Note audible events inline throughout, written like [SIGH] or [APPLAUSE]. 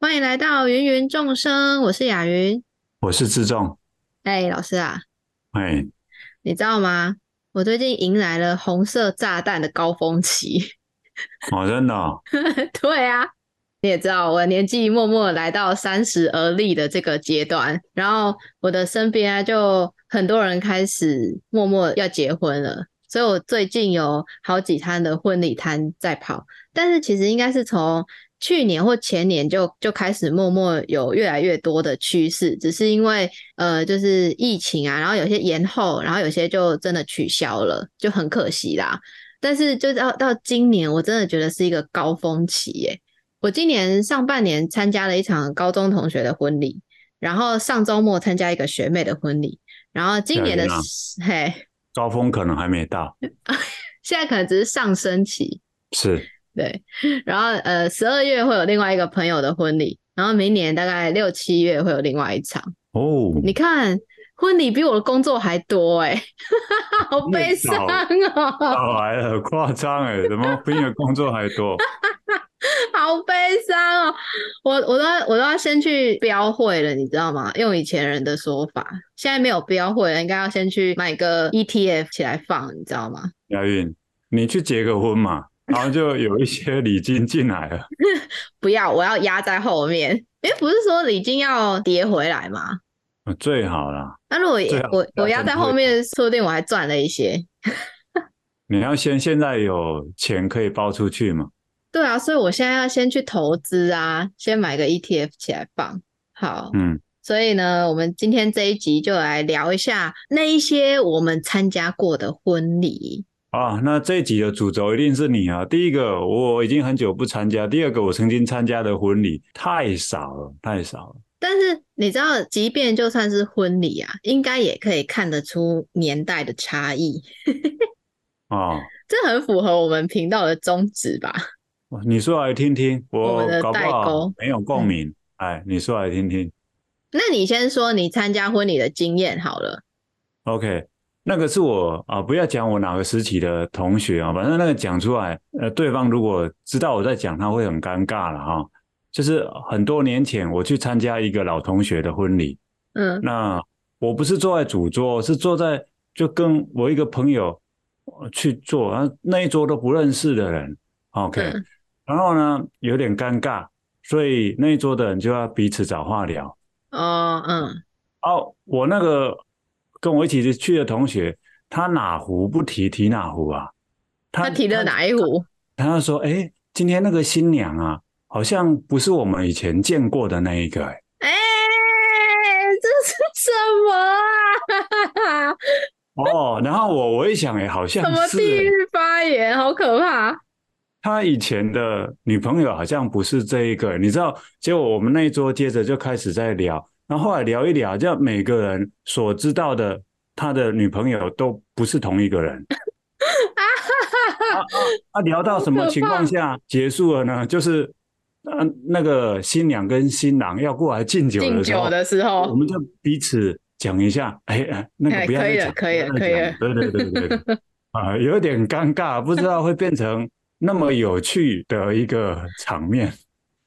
欢迎来到芸芸众生，我是雅云。我是自重，哎，老师啊，哎，你知道吗？我最近迎来了红色炸弹的高峰期。 [LAUGHS] 哦，真的哦、对啊，你也知道，我的年纪默默来到三十而立的这个阶段，然后我的身边啊，就很多人开始默默要结婚了，所以我最近有好几摊的婚礼摊在跑，但是其实应该是从去年或前年就就开始默默有越来越多的趋势，只是因为呃就是疫情啊，然后有些延后，然后有些就真的取消了，就很可惜啦。但是就到到今年，我真的觉得是一个高峰期耶。我今年上半年参加了一场高中同学的婚礼，然后上周末参加一个学妹的婚礼，然后今年的哎呀嘿，高峰可能还没到，现在可能只是上升期，是对。然后呃，十二月会有另外一个朋友的婚礼，然后明年大概六七月会有另外一场。哦，你看，婚礼比我的工作还多哎， [LAUGHS] 好悲伤哦， [LAUGHS] 到来了，夸张哎，怎么比你的工作还多？好悲伤哦！我我都要我都要先去标会了，你知道吗？用以前人的说法，现在没有标会了，应该要先去买个 ETF 起来放，你知道吗？亚韵，你去结个婚嘛，然后就有一些礼金进来了， [LAUGHS] 不要，我要压在后面， [LAUGHS] 因为不是说礼金要叠回来吗？呃最好啦，那如果最好我我压压在正位后置面，说不定我还赚了一些。你要先现在有钱可以包出去嘛，对啊，所以我现在要先去投资啊，先买个 ETF 起来放。好，嗯，所以呢，我们今天这一集就来聊一下那一些我们参加过的婚礼。啊，那这一集的主轴一定是你啊，第一个我已经很久不参加，第二个我曾经参加的婚礼太少了，太少了，但是你知道，即便就算是婚礼啊，应该也可以看得出年代的差异。哦。这很符合我们频道的宗旨吧？哇哦你说来听听，我我们的搞不代好沟嗯没有共鸣。哎，你说来听听。那你先说你参加婚礼的经验好了。 OK，那个是我啊、不要讲我哪个时期的同学啊，反正那个讲出来，呃，对方如果知道我在讲，他会很尴尬了哈、就是很多年前我去参加一个老同学的婚礼，嗯，那我不是坐在主桌，是坐在就跟我一个朋友呃去坐，然后那一桌都不认识的人。OK，、嗯然后呢有点尴尬，所以那一桌的人就要彼此找话聊。哦，嗯，哦，我那个跟我一起去的同学，他哪壶不提提哪壶啊？他提了哪一壶？壶？他就说：“哎，今天那个新娘啊，好像不是我们以前见过的那一个、哎哎、这是 [LAUGHS] 什么啊？ [LAUGHS] 哦，然后我我一想，哎，好什像么是、地哎狱发言，好可怕！他以前的女朋友好像不是这一个，你知道？结果我们那一桌接着就开始在聊，然后后来聊一聊，就每个人所知道的他的女朋友都不是同一个人。 [LAUGHS] 啊啊啊！聊到什么情况下结束了呢？就是，呃，那个新娘跟新郎要过来敬酒敬的时候酒，的时我候，们就彼此讲一下，哎、哎，那哦哎个不要可以再了讲，可以了不要再可讲对对对对 [LAUGHS] 对，啊、有点尴尬，不知道会变成那么有趣的一个场面。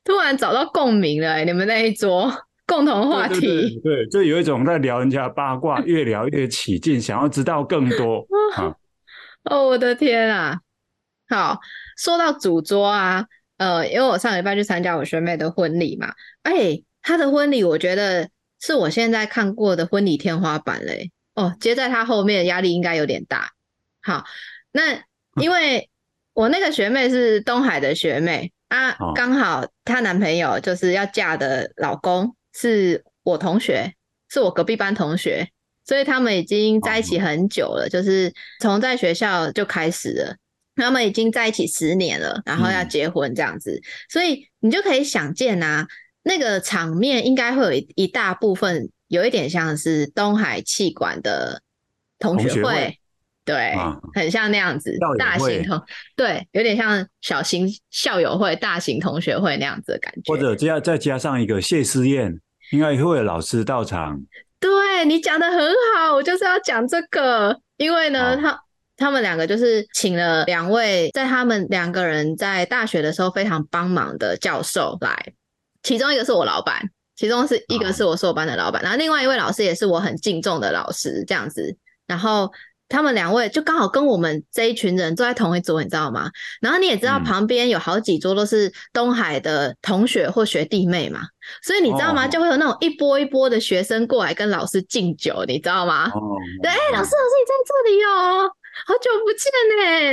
突然找到共鸣了、哎你们那一桌共同 [LAUGHS] 话对对题，对对，就有一种在聊人家八卦，越聊越起劲，想要知道更多 [LAUGHS] 啊。哦，我的天啊！好，说到主桌啊，呃，因为我上礼拜去参加我学妹的婚礼嘛，哎、她的婚礼我觉得是我现在看过的婚礼天花板嘞、哦，接在她后面的压力应该有点大。好，那因为我那个学妹是东海的学妹啊哦，刚好她男朋友就是要嫁的老公是我同学，是我隔壁班同学，所以他们已经在一起很久了，就是从在学校就开始了。他们已经在一起十年了，然后要嗯结婚这样子，所以你就可以想见啊，那个场面应该会有一一大部分有一点像是东海气管的同学同学会对，啊很像那样子校友大型会同，对，有点像小型校友会、大型同学会那样子的感觉。或者加再加上一个谢师宴，应该会有老师到场。对你讲的很好，我就是要讲这个，因为呢，好他他们两个就是请了两位在他们两个人在大学的时候非常帮忙的教授来其中一个是我老板，其中是一个是我硕班的老板，然后另外一位老师也是我很敬重的老师，这样子。然后他们两位就刚好跟我们这一群人坐在同一桌，你知道吗？然后你也知道嗯旁边有好几桌都是东海的同学或学弟妹嘛，所以你知道吗？哦就会有那种一波一波的学生过来跟老师敬酒，你知道吗？哦，对，哎老师，老师你在这里哦，好久不见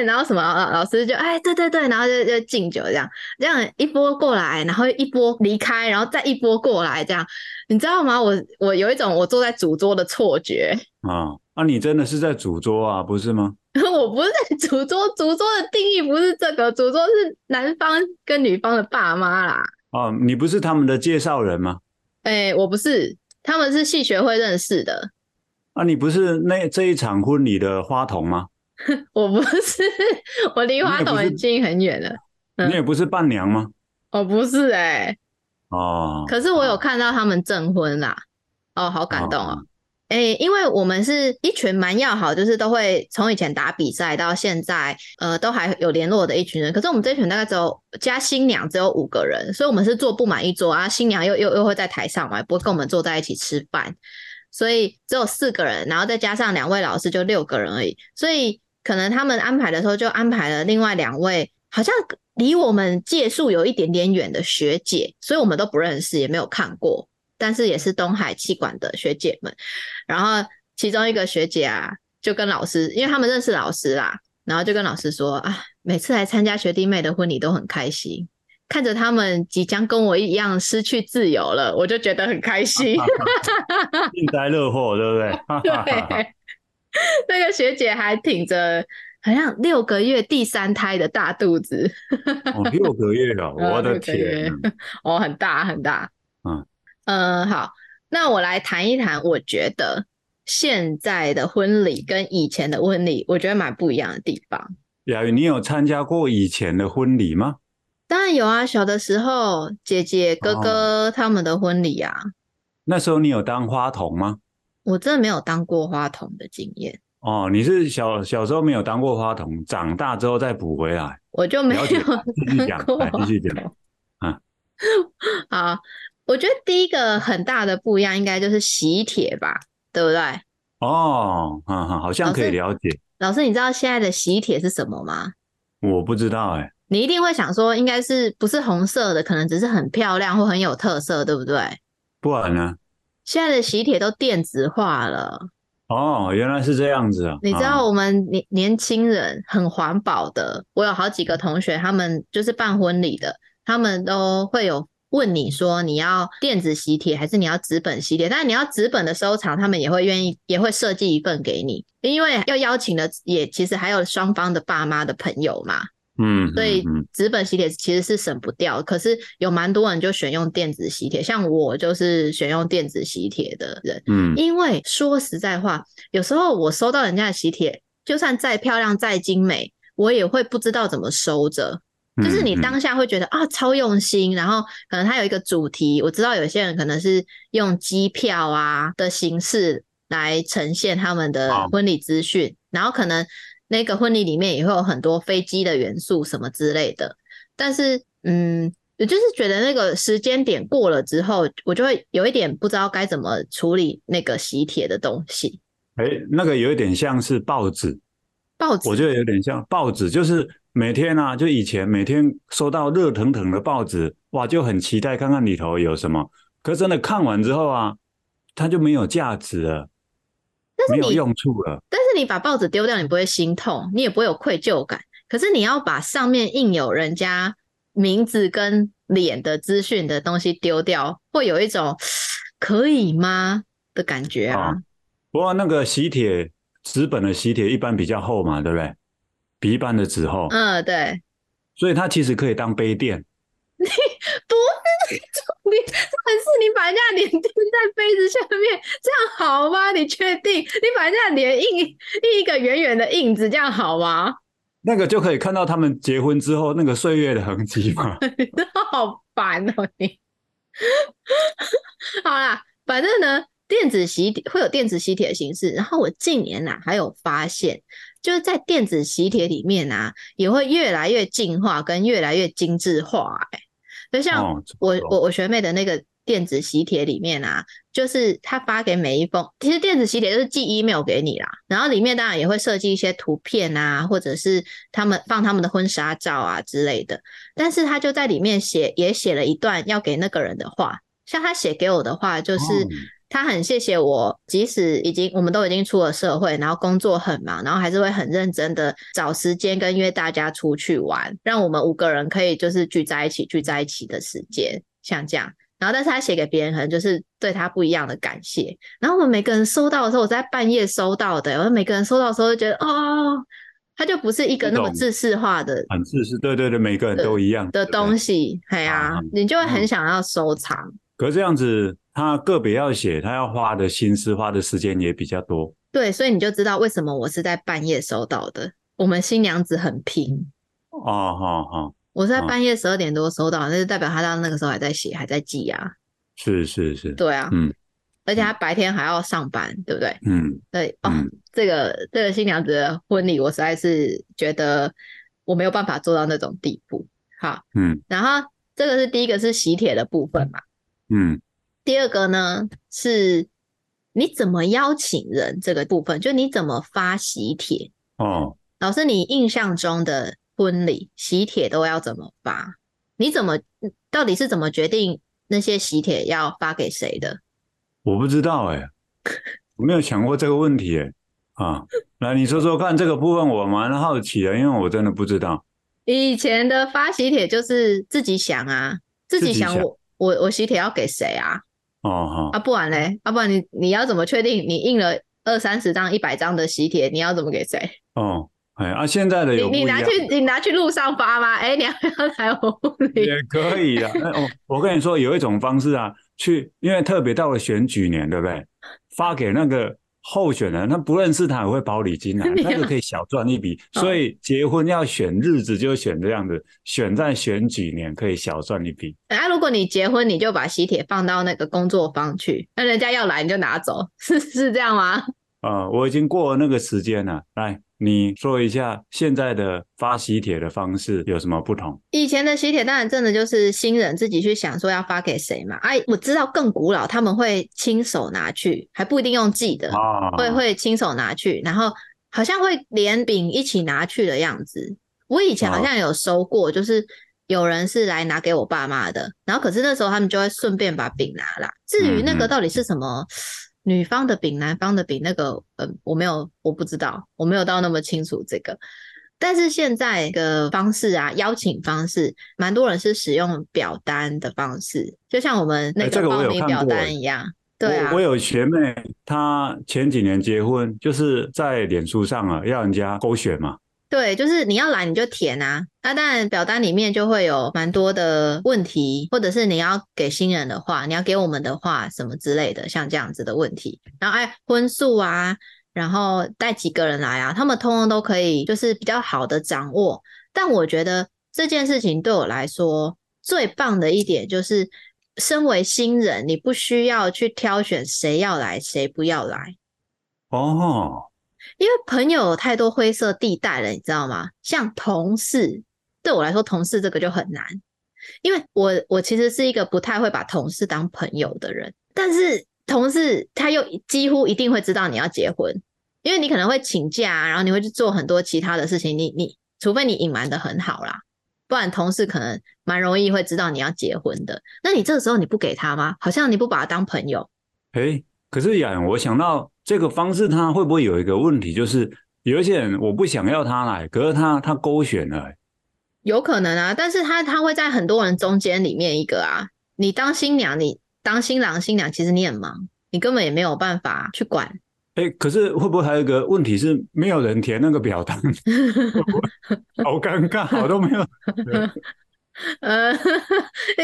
呢。然后什么老老师就哎，对对对，然后就就敬酒这样，这样一波过来，然后一波离开，然后再一波过来，这样你知道吗？我我有一种我坐在主桌的错觉， [LAUGHS] 啊，啊，你真的是在主桌啊，不是吗？我不是在主桌，主桌的定义不是这个，主桌是男方跟女方的爸妈啦。哦，你不是他们的介绍人吗？哎，我不是，他们是系学会认识的，啊，你不是那这一场婚礼的花童吗？我不是，我离花你也不筒是已经很远了。嗯你也不是伴娘吗？我不是哎、哦，可是我有看到他们证婚啦，哦，好感动哦。诶，因为我们是一群蛮要好，就是都会从以前打比赛到现在，呃，都还有联络的一群人。可是我们这群大概只有加新娘只有五个人，所以我们是坐不满一桌啊，新娘又又又会在台上嘛，不会跟我们坐在一起吃饭，所以只有四个人，然后再加上两位老师就六个人而已。所以可能他们安排的时候就安排了另外两位，好像离我们届数有一点点远的学姐，所以我们都不认识，也没有看过。但是也是东海气管的学姐们。然后其中一个学姐啊，就跟老师，因为他们认识老师啦，然后就跟老师说啊，每次来参加学弟妹的婚礼都很开心，看着他们即将跟我一样失去自由了，我就觉得很开心。幸灾乐祸，对不 [LAUGHS] [LAUGHS] 哦对？哈哈哈哈对，那个学姐还挺着。好像六个月第三胎的大肚子，哦，六个 [LAUGHS] 月了，嗯我六的个天月 [LAUGHS] 啊！哦，很大很大。嗯呃好，那我来谈一谈，我觉得现在的婚礼跟以前的婚礼，我觉得蛮不一样的地方。雅云，你有参加过以前的婚礼吗？当然有啊，小的时候姐姐、哦哥哥他们的婚礼啊，那时候你有当花童吗？我真的没有当过花童的经验，哦，你是小小时候没有当过花童，长大之后再补回来。我就没了解有 [LAUGHS] 继续讲当过来继续花讲童嗯。好，我觉得第一个很大的不一样，应该就是喜帖吧，对不对？哦，嗯嗯，好像可以了解。老师，你知道现在的喜帖是什么吗？我不知道哎、你一定会想说，应该是不是红色的，可能只是很漂亮或很有特色，对不对？不然呢？现在的喜帖都电子化了，哦，原来是这样子啊！你知道啊我们年年轻人很环保的，我有好几个同学，他们就是办婚礼的，他们都会有问你说你要电子喜帖还是你要纸本喜帖，但是你要纸本的收藏，他们也会愿意，也会设计一份给你，因为要邀请的也其实还有双方的爸妈的朋友嘛，嗯，所以嗯嗯纸本喜帖其实是省不掉，可是有蛮多人就选用电子喜帖，像我就是选用电子喜帖的人，嗯因为说实在话，有时候我收到人家的喜帖，就算再漂亮再精美，我也会不知道怎么收着。嗯就是你嗯当下会觉得啊超用心，然后可能它有一个主题，我知道有些人可能是用机票啊的形式来呈现他们的哦婚礼资讯，然后可能那个婚礼里面也会有很多飞机的元素什么之类的，但是嗯。我就是觉得那个时间点过了之后，我就会有一点不知道该怎么处理那个喜帖的东西。哎、那个有一点像是报纸，报纸我觉得有点像报纸，就是每天啊，就以前每天收到热腾腾的报纸，哇，就很期待看看里头有什么。可是真的看完之后啊，它就没有价值了，没但是有你用处了。但是你把报纸丢掉，你不会心痛，你也不会有愧疚感。可是你要把上面印有人家名字跟脸的资讯的东西丢掉，会有一种 [SNIFFS] 可以吗的感觉啊。啊不过那个喜帖纸本的喜帖一般比较厚嘛，对不对？比一般的纸厚，嗯，对，所以它其实可以当杯垫。不是重点，重点是你把人家的脸钉在杯子下面，这样好吗？你确定？你把人家的脸印印一个圆圆的印子，这样好吗？那个就可以看到他们结婚之后那个岁月的痕迹嘛。你真的好烦哦你。 [LAUGHS] 好啦，反正呢，电子喜帖会有电子喜帖的形式。然后我近年呐、还有发现，就是在电子喜帖里面啊，也会越来越进化跟越来越精致化、欸。就 [LAUGHS] 像哦我错我我学妹的那个电子喜帖里面啊，就是她发给每一封，其实电子喜帖就是寄 email 给你啦，然后里面当然也会设计一些图片啊，或者是他们放他们的婚纱照啊之类的，但是她就在里面写，也写了一段要给那个人的话，像她写给我的话就是。哦他很谢谢我，即使已经我们都已经出了社会，然后工作很忙，然后还是会很认真的找时间跟约大家出去玩，让我们五个人可以就是聚在一起，聚在一起的时间，像这样。然后，但是他写给别人，可能就是对他不一样的感谢。然后我们每个人收到的时候，我在半夜收到的，我们每个人收到的时候就觉得，哦，他就不是一个那么这种自式化的反正是对对对，每个人都一样的东西。西，哎呀、啊你就会很嗯想要收藏。可是这样子，他个别要写，他要花的心思、花的时间也比较多。对，所以你就知道为什么我是在半夜收到的。我们新娘子很拼，哦，哈、哈、我是在哦半夜十二点多收到，那就代表她到那个时候还在写，还在记啊。是是是，对啊，嗯，而且她白天还要上班，对不对？嗯对哦，嗯，这个这个新娘子的婚礼，我实在是觉得我没有办法做到那种地步。好，嗯然后这个是第一个是喜帖的部分嘛，嗯第二个呢是你怎么邀请人这个部分，就你怎么发喜帖。哦，老师，你印象中的婚礼喜帖都要怎么发？你怎么到底是怎么决定那些喜帖要发给谁的？我不知道哎、我没有想过这个问题哎、啊，来你说说看这个部分，我蛮好奇的，因为我真的不知道。以前的发喜帖就是自己想啊，自己自己想想我我我喜帖要给谁啊？哦啊，哈、不然嘞，啊不然你你要怎么确定你印了二三十张、一百张的喜帖，你要怎么给谁？哦，哎啊，现在的你有不一你拿样。去你拿去路上发吗？哎、你要不要来我婚礼？，也可以啊。那我我跟你说，有一种方式啊，去，因为特别到了选举年，对不对？发给那个候选人，他不认识他也会包礼金啊你啊那就可以小赚一笔。哦所以结婚要选日子，就选这样子，选在选举年可以小赚一笔。 [LAUGHS] 啊，如果你结婚，你就把喜帖放到那个工作坊去，那人家要来你就拿走，是是这样吗？呃，我已经过了那个时间了。来，你说一下现在的发喜帖的方式有什么不同？以前的喜帖当然真的就是新人自己去想说要发给谁嘛。哎、我知道更古老他们会亲手拿去，还不一定用寄的，啊，会会亲手拿去，然后好像会连饼一起拿去的样子。我以前好哦像有收过，就是有人是来拿给我爸妈的，然后可是那时候他们就会顺便把饼拿来。至于那个嗯嗯到底是什么女方的饼、男方的饼，那个嗯、我没有，我不知道，我没有到那么清楚这个。但是现在的方式啊，邀请方式，蛮多人是使用表单的方式，就像我们那哎这个个我报有名看表过哎单一样。对啊我，我有学妹，她前几年结婚，就是在脸书上啊，要人家勾选嘛。对，就是你要来你就填啊。那当然，表单里面就会有蛮多的问题，或者是你要给新人的话，你要给我们的话什么之类的，像这样子的问题。然后哎，婚数啊，然后带几个人来啊，他们通通都可以，就是比较好的掌握。但我觉得这件事情对我来说最棒的一点就是，身为新人，你不需要去挑选谁要来，谁不要来。哦，因为朋友有太多灰色地带了，你知道吗？像同事，对我来说，同事这个就很难，因为我我其实是一个不太会把同事当朋友的人，但是同事他又几乎一定会知道你要结婚，因为你可能会请假啊，然后你会去做很多其他的事情，你你除非你隐瞒的很好啦，不然同事可能蛮容易会知道你要结婚的。那你这个时候你不给他吗？好像你不把他当朋友，诶，可是雅我想到这个方式，它会不会有一个问题，就是有一些人我不想要他来，可是他他勾选了、有可能啊，但是他他会在很多人中间里面一个啊。你当新娘，你当新郎新娘，其实你很忙，你根本也没有办法去管。诶，哎可是会不会还有一个问题是没有人填那个表单，好尴尬，好都没有。呃， [LAUGHS] 你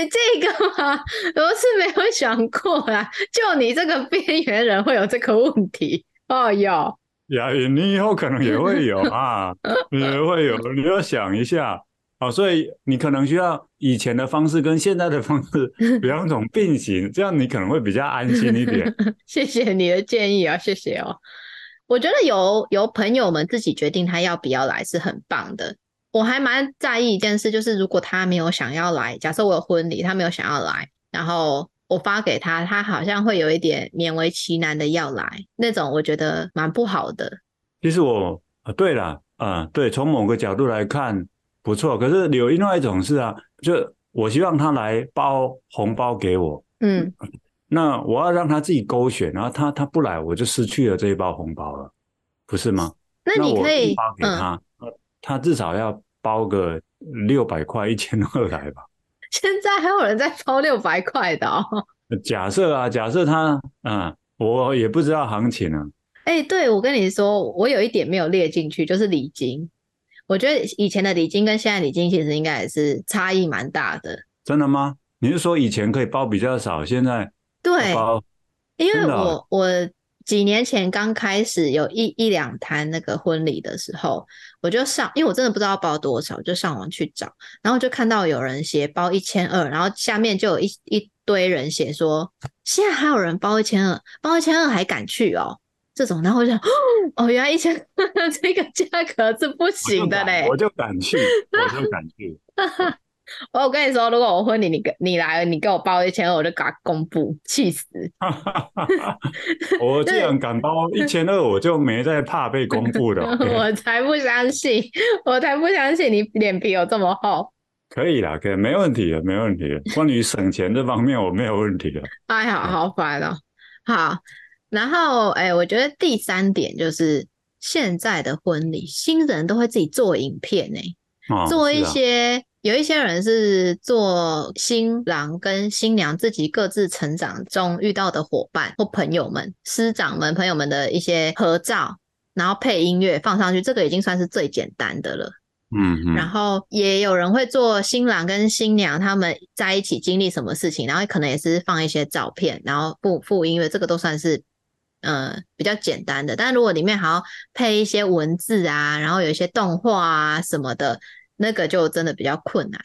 这个嘛，我是没有想过啦。就你这个边缘人会有这个问题哦，有。雅云，你以后可能也会有啊，你也会有，你要想一下啊。所以你可能需要以前的方式跟现在的方式两种并行，这样你可能会比较安心一点。谢谢你的建议啊，谢谢哦。我觉得由由朋友们自己决定他要不要来是很棒的，我还蛮在意一件事，就是如果他没有想要来，假设我有婚礼，他没有想要来，然后我发给他，他好像会有一点勉为其难的要来，那种我觉得蛮不好的。其实我啊，对了，啊、对，从某个角度来看不错，可是有另外一种是啊，就我希望他来包红包给我，嗯，那我要让他自己勾选，然后他他不来，我就失去了这一包红包了，不是吗？那你我可以硬包给嗯，他，他至少要包个六百块、一千二来吧。现在还有人在包六百块的哦。假设啊，假设他，嗯，我也不知道行情啊。哎、对，我跟你说，我有一点没有列进去，就是礼金。我觉得以前的礼金跟现在礼金其实应该也是差异蛮大的。真的吗？你是说以前可以包比较少，现在对，包因为真的啊我我几年前刚开始有一一两摊那个婚礼的时候，我就上，因为我真的不知道包多少，我就上网去找，然后就看到有人写包一千二，然后下面就有一一堆人写说，现在还有人包一千二，包一千二还敢去哦，这种，然后我就想， [GASPS] 哦，原来一千二 [LAUGHS] 这个价格是不我就行的敢嘞。我就敢 [LAUGHS] 去，我就敢去。我我跟你说，如果我婚礼你跟你来，你给我包一千二，我就给他公布，气死。我既然敢包一千二，我就没再怕被公 [LAUGHS] 布的。OK，哎我才不相信， [LAUGHS] 我才不相信你脸皮有这么厚。可以啦，可以，没问题的，没问题的。关于省钱这方面，我没有问题的。哎呀，嗯好烦哦。好，然后哎，我觉得第三点就是现在的婚礼，新人都会自己做影片呢、哦，做一是啊些有一些人是做新郎跟新娘自己各自成长中遇到的伙伴或朋友们、师长们、朋友们的一些合照，然后配音乐放上去，这个已经算是最简单的了。嗯然嗯，后也有人会做新郎跟新娘他们在一起经历什么事情，然后可能也是放一些照片，然后附附音乐，这个都算是呃比较简单的。但如果里面还要配一些文字啊，然后有一些动画啊什么的，那个就真的比较困难。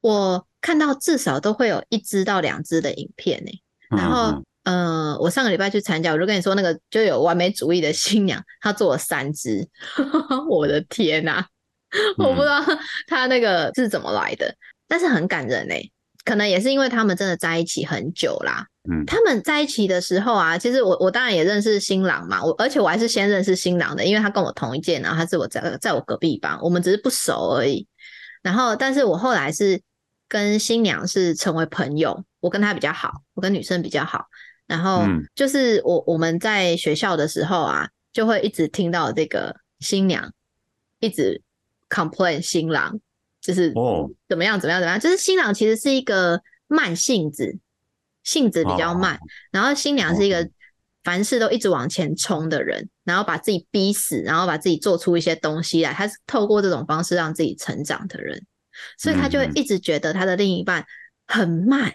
我看到至少都会有一支到两支的影片呢、然后嗯，呃，我上个礼拜去参加，我就跟你说那个就有完美主义的新娘，她做了三支， [LAUGHS] 我的天呐、 [LAUGHS] 我不知嗯道她那个是怎么来的，但是很感人嘞、欸可能也是因为他们真的在一起很久啦。嗯他们在一起的时候啊，其实我我当然也认识新郎嘛，我而且我还是先认识新郎的，因为他跟我同一届，然后他是我在在我隔壁班，我们只是不熟而已。然后，但是我后来是跟新娘是成为朋友，我跟她比较好，我跟女生比较好。然后嗯就是我我们在学校的时候啊，就会一直听到这个新娘一直 complain 新郎，就是哦，怎么样怎么样怎么样，就是新郎其实是一个慢性子，性子比较慢，然后新娘是一个哦凡事都一直往前冲的人，然后把自己逼死，然后把自己做出一些东西来，她是透过这种方式让自己成长的人，所以她就会嗯嗯一直觉得她的另一半很慢，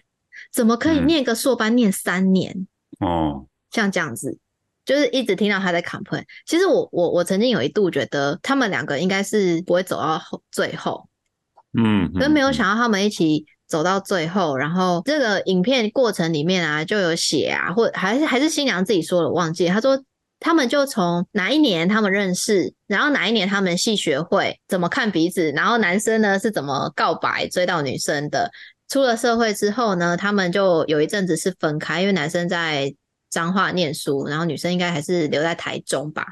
怎么可以嗯念个硕班念三年？哦，像这样子，就是一直听到他在 complain。其实我我我曾经有一度觉得他们两个应该是不会走到后最后，嗯，可是没有嗯想到他们一起走到最后。然后这个影片过程里面啊，就有写啊，或还是还是新娘自己说了，我忘记了她说。他们就从哪一年他们认识，然后哪一年他们系学会，怎么看彼此，然后男生呢是怎么告白追到女生的。出了社会之后呢，他们就有一阵子是分开，因为男生在彰化念书，然后女生应该还是留在台中吧。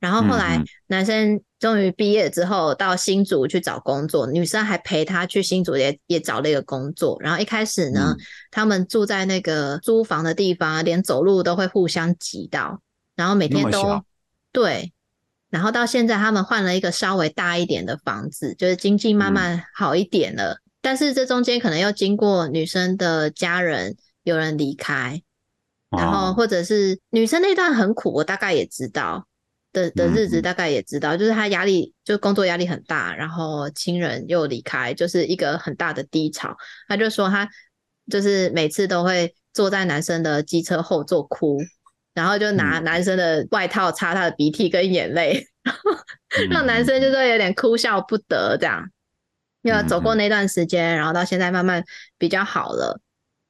然后后来嗯嗯男生终于毕业之后到新竹去找工作，女生还陪他去新竹也也找了一个工作。然后一开始呢，嗯他们住在那个租房的地方，连走路都会互相挤到，然后每那天么都小对。然后到现在，他们换了一个稍微大一点的房子，就是经济慢嗯慢好一点了。但是这中间可能要经过女生的家人有人离开，然后哦或者是女生那段很苦，我大概也知道的的日子，嗯嗯大概也知道，就是她压力就工作压力很大，然后亲人又离开，就是一个很大的低潮。她就说她就是每次都会坐在男生的机车后座哭，然后就拿嗯男生的外套擦他的鼻涕跟眼泪，让嗯男生就是有点哭笑不得这样。因为嗯走过嗯那段时间，然后到现在慢慢比较好了，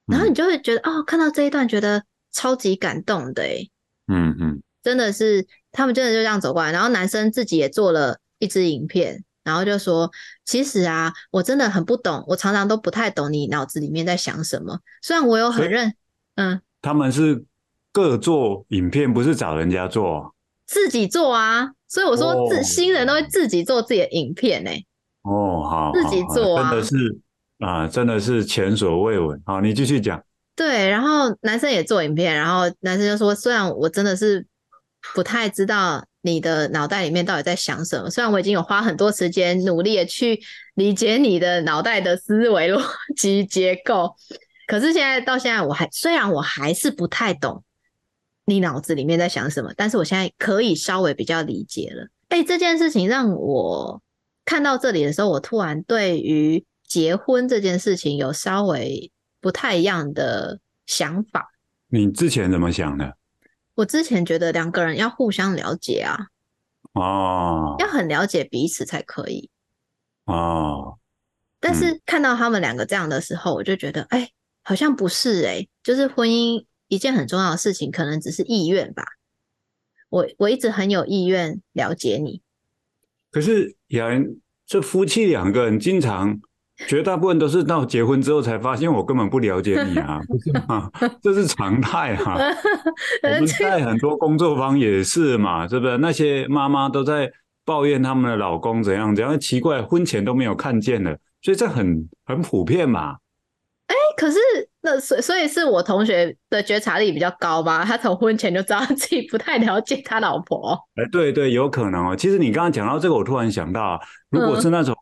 然后嗯你就会觉得哦，看到这一段觉得超级感动的欸诶，嗯嗯真的是他们真的就这样走过来，然后男生自己也做了一支影片，然然后就说，其实啊，我真的很不懂，我常常都不太懂你脑子里面在想什么。虽然我有所很以认，嗯，他们是各做影片，不是找人家做啊自己做啊，所以我说自、哦新人都会自己做自己的影片欸呢、哦。好，自己好好做啊真的是啊，真的是前所未闻。好，你继续讲。对，然后男生也做影片，然后男生就说，虽然我真的是不太知道你的脑袋里面到底在想什么，虽然我已经有花很多时间努力的去理解你的脑袋的思维逻辑结构，可是现在到现在我还虽然我还是不太懂你脑子里面在想什么，但是我现在可以稍微比较理解了。哎，这件事情让我看到这里的时候，我突然对于结婚这件事情有稍微不太一样的想法。你之前怎么想的？我之前觉得两个人要互相了解啊，哦要很了解彼此才可以。哦，但嗯是看到他们两个这样的时候，我就觉得，哎、好像不是哎、就是婚姻一件很重要的事情，可能只是意愿吧。我我一直很有意愿了解你，可是雅人，这夫妻两个人经常，绝大部分都是到结婚之后才发现我根本不了解你啊，不是吗？这是常态 [LAUGHS] 啊。我呃们在很多工作坊也是嘛，是不是？那些妈妈都在抱怨他们的老公怎样怎样，奇怪，婚前都没有看见的，所以这很很普遍嘛。可是那所所以是我同学的觉察力比较高吧，他从婚前就知道自己不太了解他老婆。哎，对对，有可能哦。其实你刚刚讲到这个，我突然想到啊，如果是那种、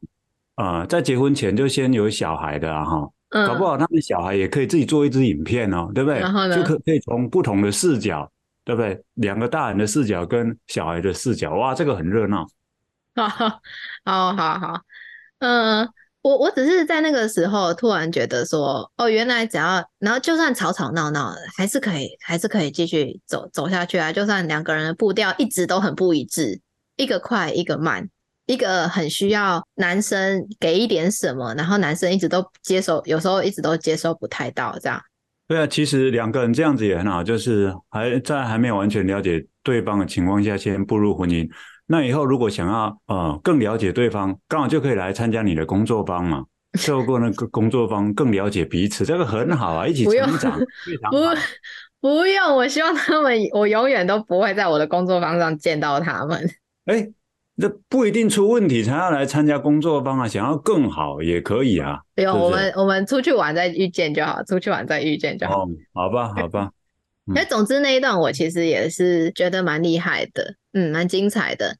呃，在结婚前就先有小孩的啊，哈，嗯，搞不好他们小孩也可以自己做一支影片哦，对不对？然后呢就可可以从不同的视角，对不对？两个大人的视角跟小孩的视角，哇，这个很热闹。 [LAUGHS] 好，好，好，好，嗯，我我只是在那个时候突然觉得说，哦，原来只要，然后就算吵吵闹闹，还是可以，还是可以继续走走下去啊。就算两个人的步调一直都很不一致，一个快，一个慢，一个很需要男生给一点什么，然后男生一直都接收，有时候一直都接收不太到这样。对啊，其实两个人这样子也很好，就是还在还没有完全了解对方的情况下，先步入婚姻。那以后如果想要呃更了解对方，刚好就可以来参加你的工作坊嘛，透过那个工作坊更了解彼此，这个很好啊，一起不用 [LAUGHS] 成长，非常不好。不用，我希望他们，我永远都不会在我的工作坊上见到他 [LAUGHS] 们。哎，这不一定出问题才要来参加工作坊啊，想要更好也可以啊。不用，是不我是们我们出去玩再遇见就好，出去玩再遇见就好。哦，好吧，好吧，嗯那、总之那一段我其实也是觉得蛮厉害的，嗯，蛮精彩的。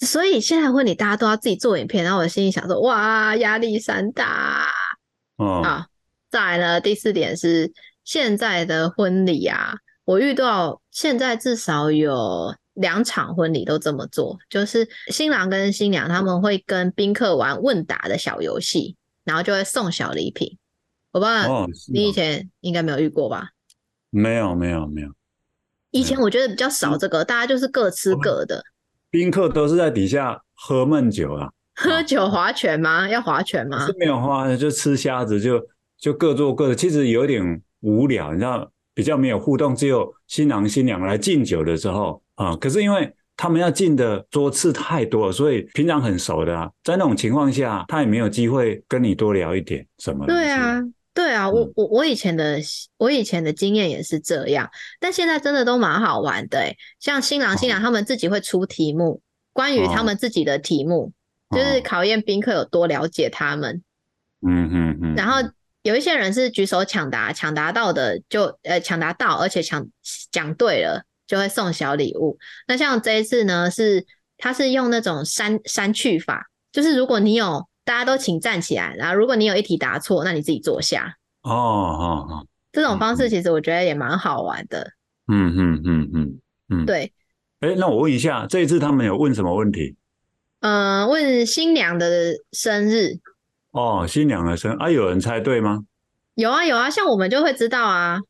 所以现在婚礼大家都要自己做影片，然后我心里想说，哇，压力山大。哦，好，再来呢，第四点是现在的婚礼啊，我遇到现在至少有两场婚礼都这么做，就是新郎跟新娘他们会跟宾客玩问答的小游戏，然后就会送小礼品。我不知道哦，是你以哦前应该没有遇过吧？没有没有没有，嗯以前我觉得比较少这个，大家就是各吃哦各的。宾客都是在底下喝闷酒啊。喝酒划拳吗？要划拳吗是？没有花的，就吃虾子，就就各做各的，其实有点无聊，你知道，比较没有互动，只有新郎新娘来敬酒的时候啊、可是因为他们要敬的桌次太多了，所以平常很熟的、啊，在那种情况下，他也没有机会跟你多聊一点什么。对啊，，对啊，我嗯我我以前的我以前的经验也是这样，但现在真的都蛮好玩的、欸。像新郎新娘他们自己会出题目，关于他哦们自己的题目，就是哦考验宾客有多了解他们。嗯嗯嗯。然后有一些人是举手抢答，抢答到的就呃抢答到，而且抢讲对了就会送小礼物。那像这一次呢，是他是用那种删删去法，就是如果你有大家都请站起来，然后如果你有一题答错，那你自己坐下。哦哦哦，这种方式其实我觉得也蛮好玩的。嗯嗯嗯嗯嗯。对，哎，那我问一下，这一次他们有问什么问题？嗯、问新娘的生日哦，新娘的生啊，有人猜对吗？有啊有啊，像我们就会知道啊。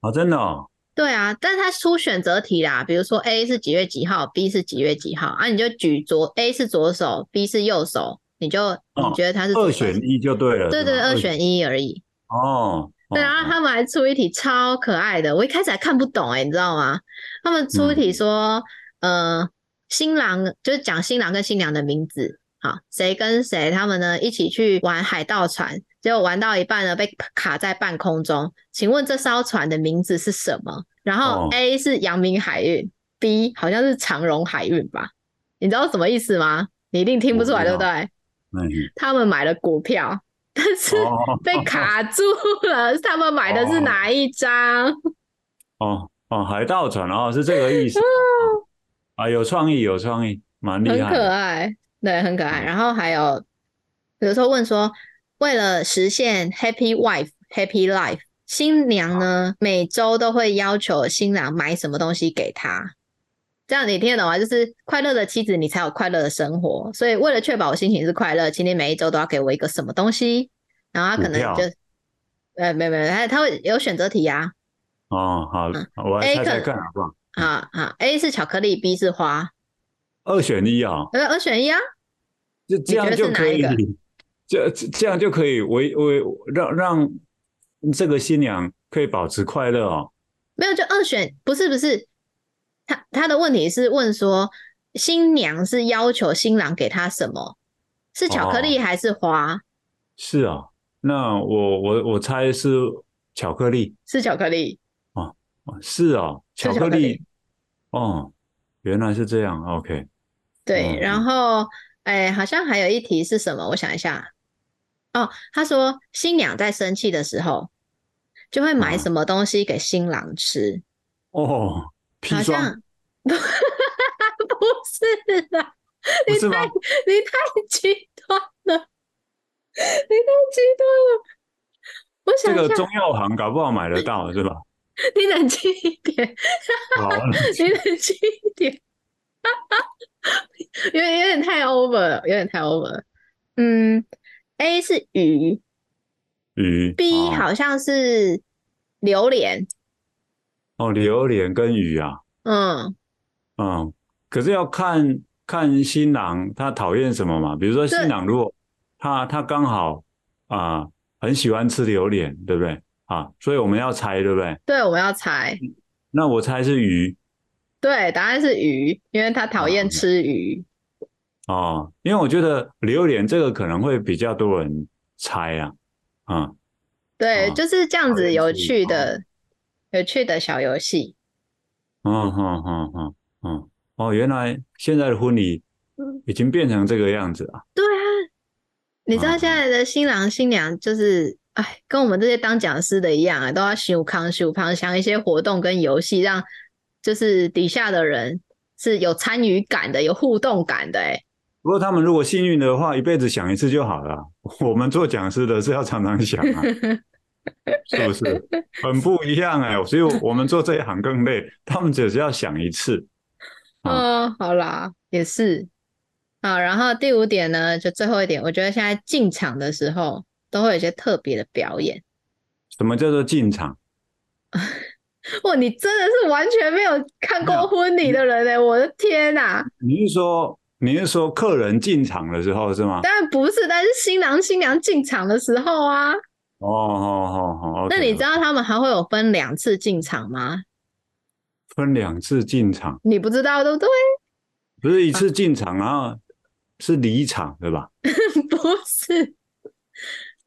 啊、真的哦。对啊，但是他出选择题啦，比如说 A 是几月几号，B 是几月几号啊，你就举左 A 是左手，B 是右手，你就你觉得他是左哦二手选一就对了，对是对，吗二选一而已。哦，对，哦然嗯后他们还出一题超可爱的，我一开始还看不懂哎、你知道吗？嗯他们出一题说，呃，新郎就是讲新郎跟新娘的名字，好，谁跟谁他们呢一起去玩海盗船，结果玩到一半呢被卡在半空中。请问这艘船的名字是什么？然后哦 A 是阳明海运、b 好像是长荣海运吧？你知道什么意思吗？你一定听不出来，我对不不知道对？嗯，他们买了股票，但是哦被卡住了。他们买的是哪一张？哦哦，海盗船哦，是这个意 [LAUGHS] 思啊，有创意，有创意，蛮厉很害可的。爱，对，很可爱。嗯然后还有，有时候问说，为了实现 Happy Wife Happy Life，新娘啊呢每周都会要求新郎买什么东西给她。这样你听得懂吗？就是快乐的妻子，你才有快乐的生活。所以为了确保我心情是快乐，请你每一周都要给我一个什么东西。然后他可能股票就，呃，没有没有，他他会有选择题啊，哦，好，我嗯来 A 猜猜可看好不好？啊啊，A 是巧克力，B 是花，二选一啊、呃，二选一啊。就这样觉得就是哪可一以个，这这样就可以维维让让这个新娘可以保持快乐哦。没有，就二选不是不是，他他的问题是问说，新娘是要求新郎给她什么？是巧克哦力还是花？是啊，那我我我猜是巧克力，是巧克力。哦是啊，是巧巧克力。力哦，原来是这样。OK，对，嗯然后哎，好像还有一题是什么？我想一下。哦，他说新娘在生气的时候，就会买嗯什么东西给新郎吃？哦，砒好霜像 [LAUGHS] 不是啦，不你是太吗你太极端了，你太极端了。我这想个一下，中药行搞不好买得到是吧？你冷静一点，好，啊 [LAUGHS] 你冷静一点， [LAUGHS] 有点有点太 over 了，有点太 over 了。嗯，A 是鱼鱼，B 哦好像是榴莲，哦，榴莲跟鱼啊，嗯，嗯，可是要看看新郎他讨厌什么嘛。比如说对新郎如果他他刚好啊、很喜欢吃榴莲，对不对啊？所以我们要猜，对不对？对，我们要猜，嗯那我猜是鱼对，答案是鱼，因为他讨厌哦吃鱼。哦，因为我觉得榴莲这个可能会比较多人猜啊，啊、对，啊就是这样好子有有趣趣哦的、有趣的小游戏。嗯嗯嗯嗯嗯，哦，原来现在的婚礼已经变成这个样子啊，对啊，你知道现啊在的新郎新娘就是，哎，跟我们这些当讲师的一样啊，都要修康修康，想一些活动跟游戏，让就是底下的人是有参与感的、有互动感的、欸。不过他们如果幸运的话，一辈子想一次就好了啊。 [LAUGHS] 我们做讲师的是要常常想 [LAUGHS] 啊，是不是？很不一样哎、所以我们做这一行更累。他们只是要想一次。嗯、好啦，也是。好，然后第五点呢，就最后一点，我觉得现在进场的时候都会有一些特别的表演。什么叫做进场？哇，你真的是完全没有看没过有嗯婚礼的人呢、欸我的天呐、你是说你是说客人进场的时候是吗？ [LAUGHS] 当然不是，但是新郎新娘进场的时候啊，哦哦哦哦，那你知道道他们还会有分两次进场吗？分两次进场，你不知道对不 [LAUGHS] 对？不是一次进场，然后是离场对吧？不是，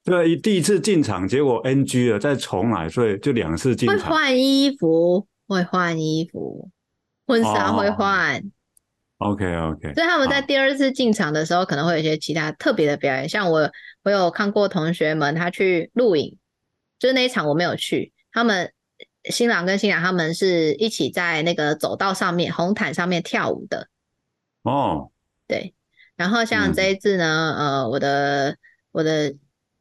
对，第一次进场结果 NG 了，再重来，所以就两次进会场。换衣服，会换衣服，婚纱哦会换， OK OK，所以他们在好第二次进场的时候，可能会有一些其他特别的表演。像我，我有看过同学们他去露营，就是那一场我没有去。他们新郎跟新娘他们是一起在那个走道上面红毯上面跳舞的。哦。对，然后像嗯这一次呢，呃，我的我的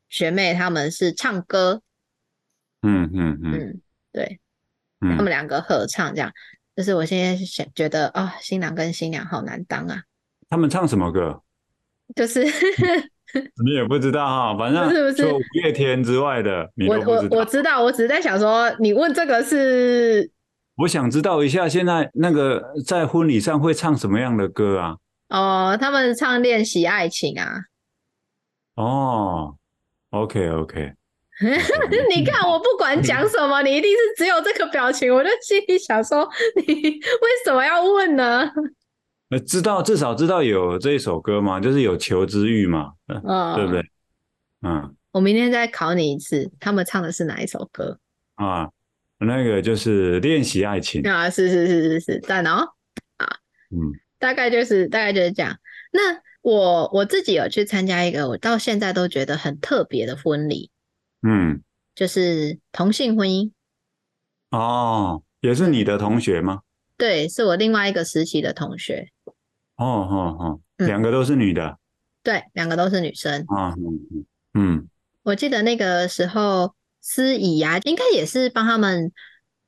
学妹他们是唱歌，嗯嗯嗯嗯，对，他们嗯，两个合唱这样。就是我现在是想觉得啊、新郎跟新娘好难当啊，他们唱什么歌？就是 [LAUGHS] 你也不知道哈，反正不是不是除了五月天之外的，你我都不知我道。我知道，我只是在想说，你问这个是我想知道一下，现在那个在婚礼上会唱什么样的歌啊？哦，他们唱《恋习爱情》啊？ [LAUGHS] 哦，OK [LAUGHS] OK，你看我不管讲嗯什么，你一定是 [LAUGHS] 只有这个表情，我就心里想说，你为什么要问呢？呃，知道至少知道有这一首歌嘛，就是有求知欲嘛，呃嗯，对不对？嗯我明天再考你一次，他们唱的是哪一首歌？啊，那个就是练习爱情，啊，是是是是是，赞哦。嗯大概就是大概就是这样。那我我自己有去参加一个我到现在都觉得很特别的婚礼，嗯，就是同性婚姻。哦，也是你的同学吗？对，是我另外一个实习的同学，哦哦哦，嗯两个都是女的对，两个都是女生。啊，嗯嗯我记得那个时候司仪啊，应该也是帮他们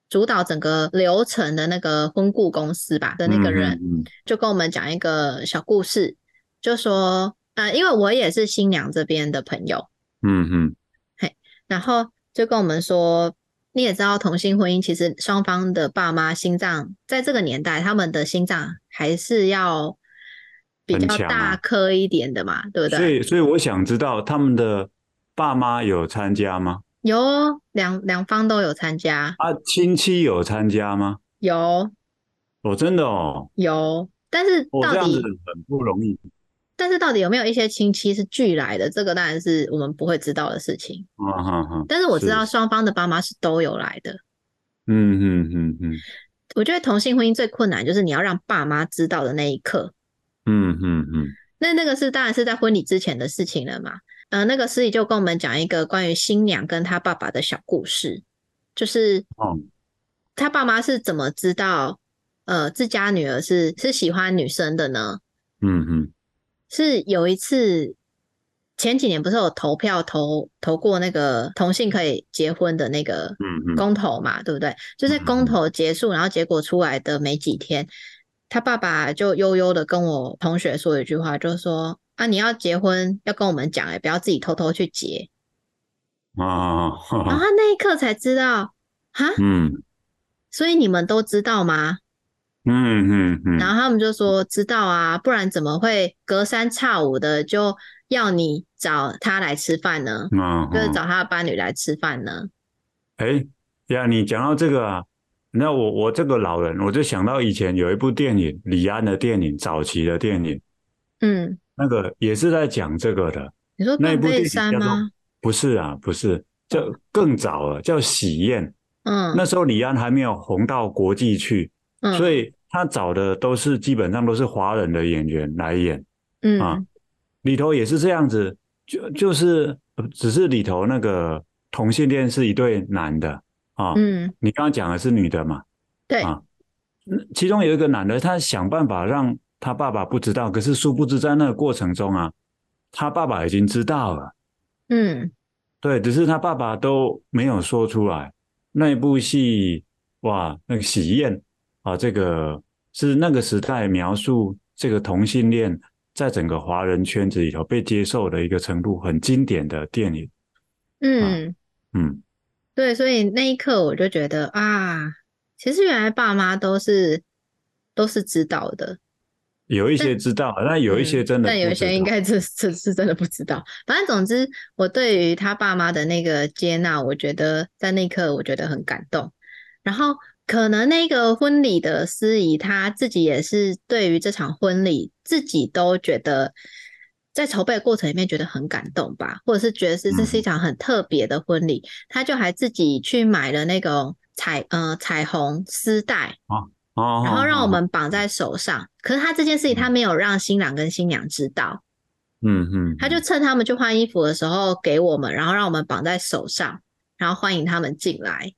主导整个流程的那个婚顾公司吧的嗯，那个人，嗯，就跟我们讲一个小故事，就说，呃，因为我也是新娘这边的朋友，嗯嗯嗯然后就跟我们说，你也知道同性婚姻其实双方的爸妈心脏在这个年代，他们的心脏还是要比很较强大啊颗一点的嘛，对不所对？以所以我想知道他们的爸妈有参加吗？有哦两两方都有参加，啊，亲戚有参加吗？有哦，真的哦，有，但是哦，这到样底、子很不容易但是到底有没有一些亲戚是聚来的，这个当然是我们不会知道的事情。啊哈哈，但是我知是道双方的爸妈是都有来的。嗯嗯嗯嗯我觉得同性婚姻最困难就是你要让爸妈知道的那一刻，嗯嗯嗯，那那个是当然是在婚礼之前的事情了嘛。呃，那个司仪就跟我们讲一个关于新娘跟她爸爸的小故事，就是哦，她爸妈是怎么知道呃自家女儿是是喜欢女生的呢？嗯嗯是有一次前几年不是有投票投投过那个同性可以结婚的那个嗯嗯，公投嘛，对不对？就在嗯公投结束，然后结果出来的没几天，他爸爸就悠悠的跟我同学说一句话，就说：“啊，你要结婚要跟我们讲、欸，不要自己偷偷去结。啊，”然后他那一刻才知道，哈，嗯所以你们都知道吗？嗯嗯嗯，然后他们就说：“知道啊，不然怎么会隔三差五的就要你找他来吃饭呢？嗯，就是找他的伴侣来吃饭呢？”哎呀，你讲到这个啊，那我我这个老人，我就想到以前有一部电影，李安的电影，早期的电影，嗯，那个也是在讲这个的，你说那一断部电背影叫山做吗？哦不是啊，不是，叫更早了，叫《喜宴》，嗯，那时候李安还没有红到国际去，嗯所以他找的都是基本上都是华人的演员来演嗯啊，里头也是这样子，就就是呃只是里头那个同性恋是一对男的啊，嗯，你刚刚讲的是女的嘛，对，啊嗯其中有一个男的，他想办法让他爸爸不知道，可是殊不知在那个过程中啊，他爸爸已经知道了，嗯。对，只是他爸爸都没有说出来。那一部戏，哇，那个喜宴啊，这个是那个时代描述这个同性恋在整个华人圈子里头被接受的一个程度很经典的电影。嗯，嗯对，所以那一刻我就觉得啊，其实原来爸妈都是都是知道的，有一些知道，那有一些真嗯的但有不一知些应道该这这是真的不知道。反正总之，我对于他爸妈的那个接纳，我觉得在那一刻我觉得很感动。然后可能那个婚礼的司仪他自己也是对于这场婚礼自己都觉得。在筹备的过程里面觉得很感动吧，或者是觉得是这是嗯一场很特别的婚礼，他就还自己去买了那种彩呃彩虹丝带，哦然后让我哦们绑在手上。可是他这件事情他没有让新郎跟新娘知道，嗯嗯，他就趁他们去换衣服的时候给我们，然后让我们绑在手上，然后欢迎他们进来。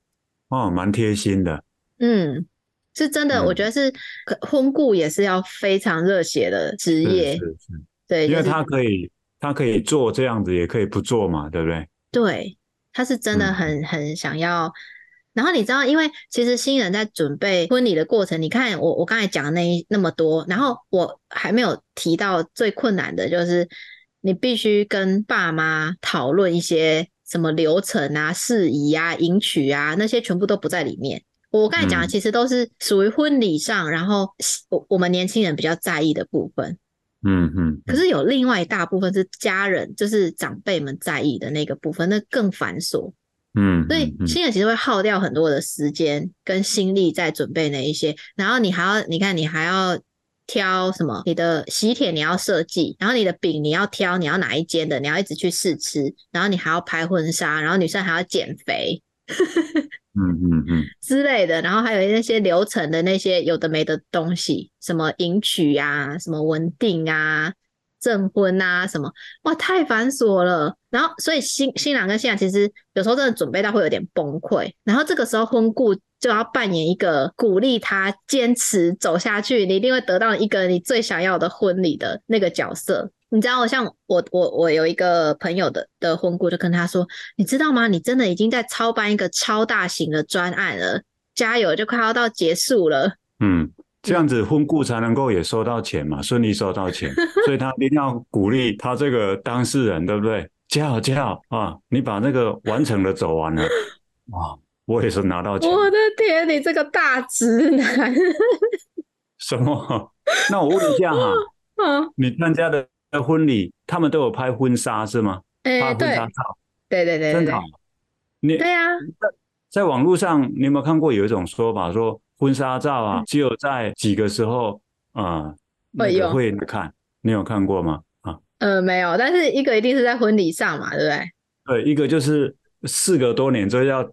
哦，蛮贴心的。嗯，是真的，嗯我觉得是可婚顾也是要非常热血的职是业是，是，对，因就为是他可以，他可以做这样子，也可以不做嘛，对不对？对，他是真的嗯很很想要。然后你知道，因为其实新人在准备婚礼的过程，你看我我刚才讲的那一那么多，然后我还没有提到最困难的就是你必须跟爸妈讨论一些什么流程啊、事宜啊、迎娶啊那些全部都不在里面。我刚才讲的嗯其实都是属于婚礼上，然后我我们年轻人比较在意的部分。嗯嗯，可是有另外一大部分是家人，就是长辈们在意的那个部分，那更繁琐，嗯，所以嗯嗯新人其实会耗掉很多的时间跟心力在准备那一些，然后你还要，你看你还要挑什么，你的喜帖你要设计，然后你的饼你要挑，你要哪一间的，你要一直去试吃，然后你还要拍婚纱，然后女生还要减肥嗯嗯嗯，之类的，然后还有那些流程的那些有的没的东西，什么迎娶啊，什么文定啊，证婚啊，什么哇，太繁琐了。然后，所以新新郎跟新娘其实有时候真的准备到会有点崩溃。然后这个时候，婚顾就要扮演一个鼓励他坚持走下去，你一定会得到一个你最想要的婚礼的那个角色。你知道，像我我我有一个朋友的的婚顾，就跟他说，你知道吗？你真的已经在操办一个超大型的专案了，加油，就快要到结束了。嗯，这样子婚顾才能够也收到钱嗯嘛，顺利收 [LAUGHS] 到钱，所以他一定要鼓励他这个当事人，对不对？加油加油啊！你把那个完成的走完了， [LAUGHS] 哇，我也是拿到钱，我的天，你这个大直男 [LAUGHS] 什么？那我问一下哈、啊！你参加的婚礼，他们都有拍婚纱是吗？哎、拍婚对纱照，对对对对真对好。你对啊，在网络上，你有没有看过有一种说法说婚纱照啊，只有在几个时候啊、呃嗯会那个用会看，你有看过吗？啊，呃，没有，但是一个一定是在婚礼上嘛，对不对？对，一个就是事隔多年之后要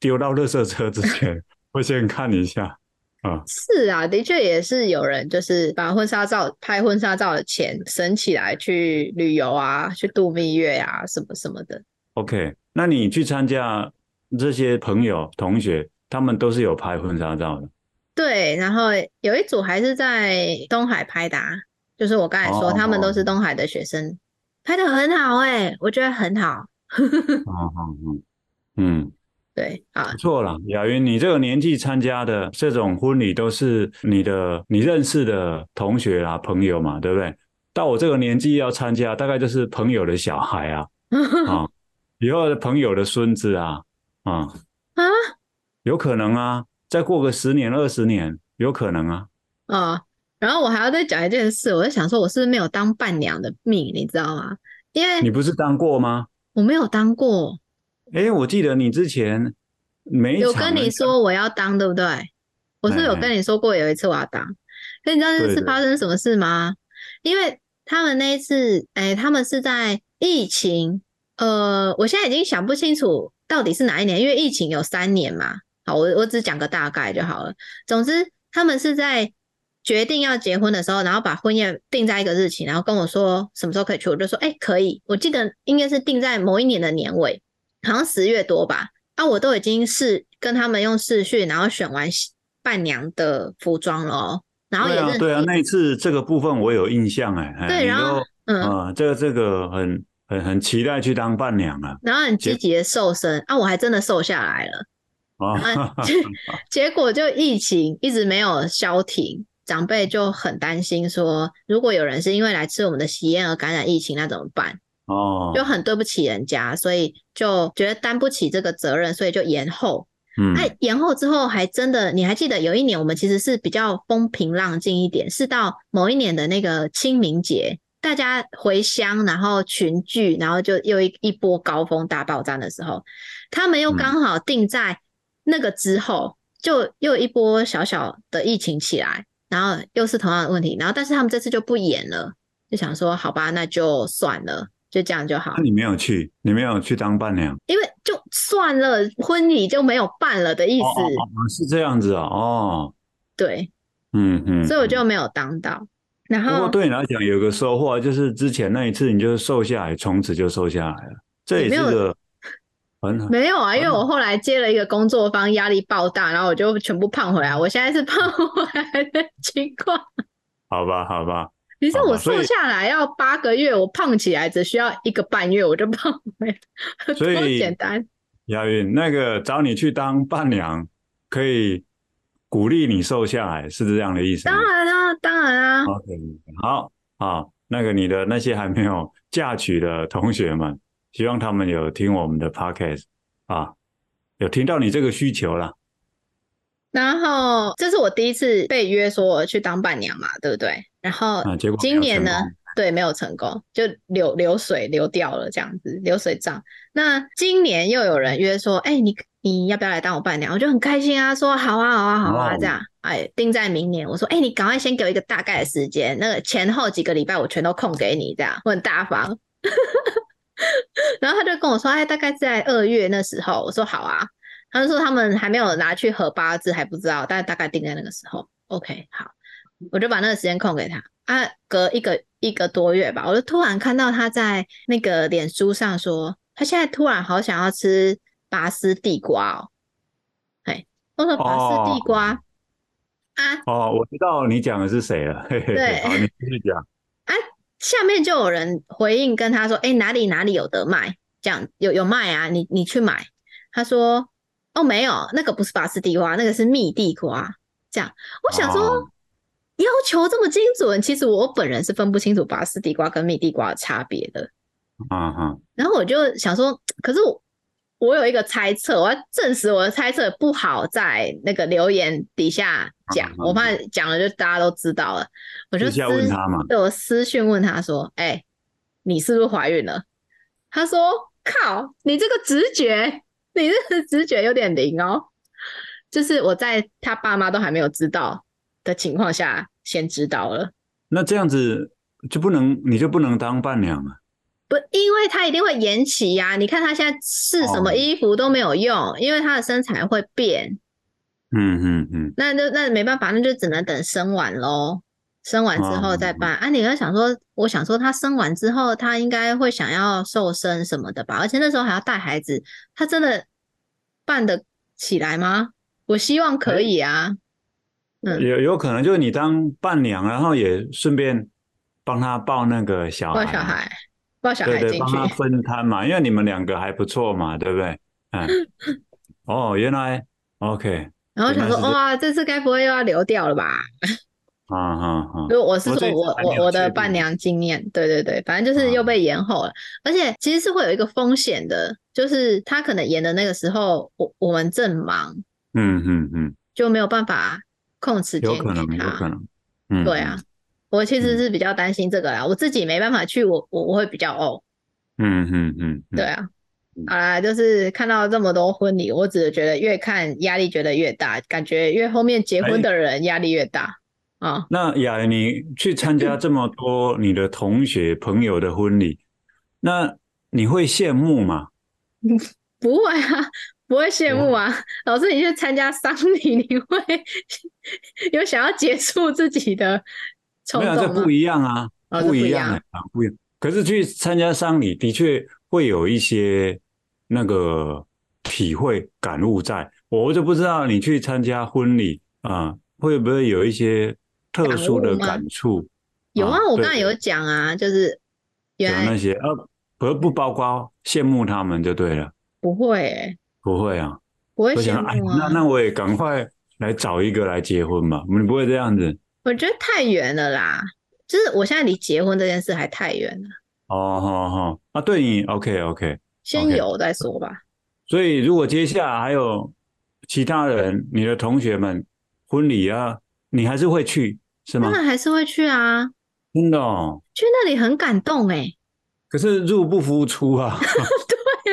丢到垃圾车之前， [LAUGHS] 会先看一下啊。是啊，的确也是有人就是把婚纱照拍婚纱照的钱省起来去旅游啊，去度蜜月啊，什么什么的。 OK，那你去参加这些朋友同学，他们都是有拍婚纱照的。对，然后有一组还是在东海拍的、啊，就是我刚才说，哦他们都是东海的学生，拍的很好哎、我觉得很好。 [LAUGHS] 嗯嗯嗯嗯，对啊 [LAUGHS] 不，错啦，雅云，你这个年纪参加的这种婚礼都是你的你认识的同学啦、朋友嘛，对不对？到我这个年纪要参加，大概就是朋友的小孩啊，啊，以后的朋友的孙子啊，啊，啊有可能啊，再过个十年二十年，有可能啊。啊、然后我还要再讲一件事，我就想说，我是不是没有当伴娘的命，你知道吗？因为你不是当过吗？我没有当过，诶，我记得你之前每一有场跟你说我要当，对不对？我是不是有跟你说过有一次我要当，可你知道那对次对发生什么事吗？因为他们那一次，哎，他们是在疫情，呃，我现在已经想不清楚到底是哪一年，因为疫情有三年嘛。好，我我只讲个大概就好了。总之，他们是在决定要结婚的时候，然后把婚宴定在一个日期，然后跟我说什么时候可以去，我就说，哎、可以。我记得应该是定在某一年的年尾，好像十月多吧。啊，我都已经是跟他们用视讯，然后选完伴娘的服装了哦，然后也对啊是对啊，那一次这个部分我有印象哎、诶对你然后都嗯，啊、这个这个很很很期待去当伴娘啊然后很结积极的瘦身啊，我还真的瘦下来了。啊！结结果就疫情一直没有消停，长辈就很担心说，如果有人是因为来吃我们的喜宴而感染疫情，那怎么办？ [LAUGHS] 哦，就很对不起人家，所以就觉得担不起这个责任，所以就延后。嗯哎、延后之后还真的，你还记得有一年我们其实是比较风平浪静一点，是到某一年的那个清明节，大家回乡，然后群聚，然后就又一一波高峰大爆炸的时候，他们又嗯刚好定在那个之后，就又一波小小的疫情起来，然后又是同样的问题，然后但是他们这次就不演了，就想说好吧，那就算了，就这样就好那、，你没有去，你没有去当伴娘，因为就算了，婚礼就没有办了的意思，哦哦哦哦是这样子啊、哦，对。嗯嗯，所以我就嗯。没有当到。然不过后对你来讲有个收获，就是之前那一次你就瘦下来，从此就瘦下来了，这也没是有 [LAUGHS] 个很好。没有啊，因为我后来接了一个工作方，压力爆大，然后我就全部胖回来。我现在是胖回来的情况。好吧，好吧，你知道好吧我哦所瘦以下来要八个月，我胖起来只需要一个半月，我就胖回来，所以多简单。亚云，那个找你去当伴娘，可以鼓励你瘦下来，是这样的意思吗当然啊，当然啊， ？OK，好好，那个你的那些还没有嫁娶的同学们，希望他们有听我们的 podcast 啊，有听到你这个需求啦。然后这是我第一次被约说我去当伴娘嘛，对不对？然后啊，结果没有呃今年呢成功对，没有成功，就流流水流掉了这样子，流水账。那今年又有人约说，哎、你你要不要来当我伴娘？我就很开心啊，说好啊，好啊，好啊，哇哦这样，哎，定在明年。我说，哎、你赶快先给我一个大概的时间，那个前后几个礼拜我全都空给你，这样我很大方。 [LAUGHS] 然后他就跟我说，哎，大概在二月那时候。我说好啊。他就说他们还没有拿去合八字，还不知道，但大概定在那个时候。OK，好。我就把那个时间空给他啊，隔一个一个多月吧，我就突然看到他在那个脸书上说，他现在突然好想要吃拔丝地瓜哦，哎，我说拔丝地瓜、啊，哦，我知道你讲的是谁了。嘿嘿对嘿，好，你继续讲。 [LAUGHS] 下面就有人回应跟他说，哎，哪里哪里有得卖，这样有有卖啊，你你去买。他说，哦，没有，那个不是拔丝地瓜，那个是蜜地瓜。这样，我想说。哦要求这么精准，其实我本人是分不清楚拔丝地瓜跟蜜地瓜的差别的。啊哈，然后我就想说，可是我我有一个猜测，我要证实我的猜测不好在那个留言底下讲，嗯嗯我怕讲了就大家都知道了。我就私私下问他嘛。对我私讯问他说：“哎、你是不是怀孕了？”他说：“靠，你这个直觉，你这个直觉有点灵哦。”就是我在他爸妈都还没有知道的情况下先知道了。那这样子就不能，你就不能当伴娘了。不，因为他一定会延期呀、你看他现在试什么哦衣服都没有用，因为他的身材会变。嗯嗯嗯，那就那没办法，那就只能等生完喽。生完之后哦再办、啊！你要想说，我想说，他生完之后，他应该会想要瘦身什么的吧？而且那时候还要带孩子，他真的办得起来吗？我希望可以啊。嗯有有可能就是你当伴娘，然后也顺便帮他抱那个小孩抱啊，小孩，抱小孩对进对，去。帮他分摊嘛，因为你们两个还不错嘛，对不对？ [LAUGHS] 嗯，哦，原来 OK，然后想说，原来是这哇、这次该不会又要流掉了吧？啊啊啊，如果我是我说这一次我还没我有我确的定伴娘经验，对对对，反正就是嗯又被延后了，而且其实是会有一个风险的，就是他可能延的那个时候，我我们正忙，嗯嗯嗯，就没有办法控制间有给可能，有可他。能，嗯，对啊，我其实是比较担心这个啦，我自己没办法去，我我我会比较哦，嗯，嗯嗯嗯，嗯对，啊嗯。好啦，就是看到这么多婚礼，我只是觉得越看压力觉得越大，感觉越后面结婚哎的人压力越大啊。那雅妍，你去参加这么多你的同学朋友的婚礼，那你会羡慕吗？不会啊， [LAUGHS] 不会羡慕不啊。老师，你去参加丧礼，你会 [LAUGHS] 有想要结束自己的冲没有，这动吗不？一样啊，哦这不不一一样样啊，不一样。可是去参加丧礼，的确会有一些那个体会感悟在。我就不知道你去参加婚礼啊、会不会有一些特殊感的悟吗感触？有啊，我哦对刚才有讲啊，就是有原那来些呃，可不包括羡慕他们就对了，不会、欸，不会啊。不会我羡想，哎，慕那啊。那我也赶快来找一个来结婚吧。你不会这样子我觉得太远了啦，就是我现在离结婚这件事还太远了，哦，好、好、啊，对你 OK OK。先 OK 有再说吧。所以，如果接下来还有其他人，你的同学们婚礼啊，你还是会去是吗当？然还是会去啊，真的哦，去那里很感动哎、可是入不敷出啊。 [LAUGHS]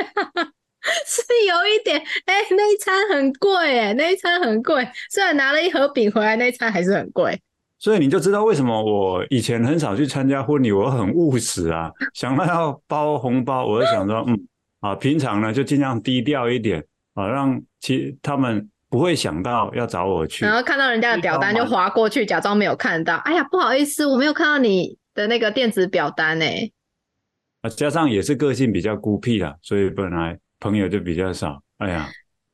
是有一点，哎、那一餐很贵，哎，那一餐很贵。虽然拿了一盒饼回来，那一餐还是很贵。所以你就知道为什么我以前很少去参加婚礼，我很务实啊。想到要包红包，我就想说，嗯，啊，平常呢就尽量低调一点啊，让其他们不会想到要找我去然。后看到人家的表单就划过去，假装没有看到。哎呀，不好意思，我没有看到你的那个电子表单欸诶。啊，加上也是个性比较孤僻啦，所以本来朋友就比较少。哎呀，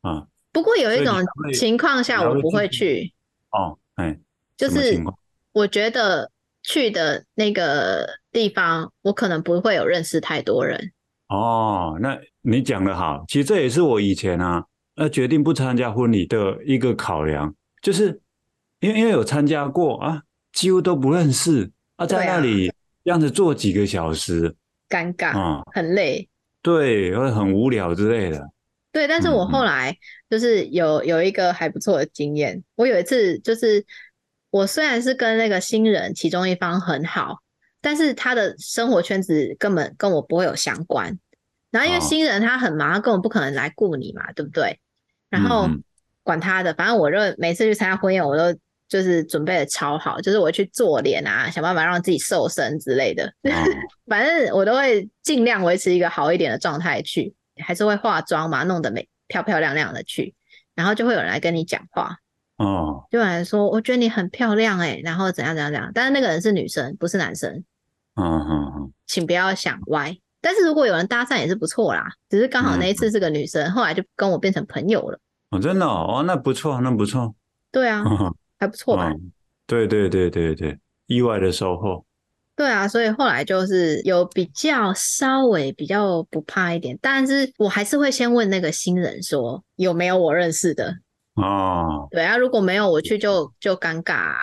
啊，不过有一种所以你会情况下我不会去，哦，哎，就什么是情况我觉得去的那个地方，我可能不会有认识太多人。哦，那你讲的好，其实这也是我以前啊，呃，决定不参加婚礼的一个考量，就是因为因为有参加过啊，几乎都不认识啊，在对啊那里这样子坐几个小时尴尬，啊、很累。对，会很无聊之类的。对，但是我嗯嗯后来就是有有一个还不错的经验。我有一次就是，我虽然是跟那个新人其中一方很好，但是他的生活圈子根本跟我不会有相关。然后因为哦新人他很忙，他根本不可能来顾你嘛，对不对？然后嗯嗯管他的，反正我就每次去参加婚宴，我都就是准备的超好，就是我去做脸啊，想办法让自己瘦身之类的。 [LAUGHS] 啊反正我都会尽量维持一个好一点的状态去，还是会化妆嘛，弄得美漂漂亮亮的去，然后就会有人来跟你讲话，哦就有人说我觉得你很漂亮哎、然后怎样怎样怎样，但是那个人是女生，不是男生，嗯嗯嗯，请不要想歪。但是如果有人搭讪也是不错啦，只是刚好那一次是个女生，后来就跟我变成朋友了。哦，真的哦，哦那不错，那不错，对啊，嗯还不错吧？ [LAUGHS] 嗯，对对对对对，意外的收获，对啊，所以后来就是有比较稍微比较不怕一点，但是我还是会先问那个新人说有没有我认识的，哦，对啊，如果没有我去就就尴尬啊。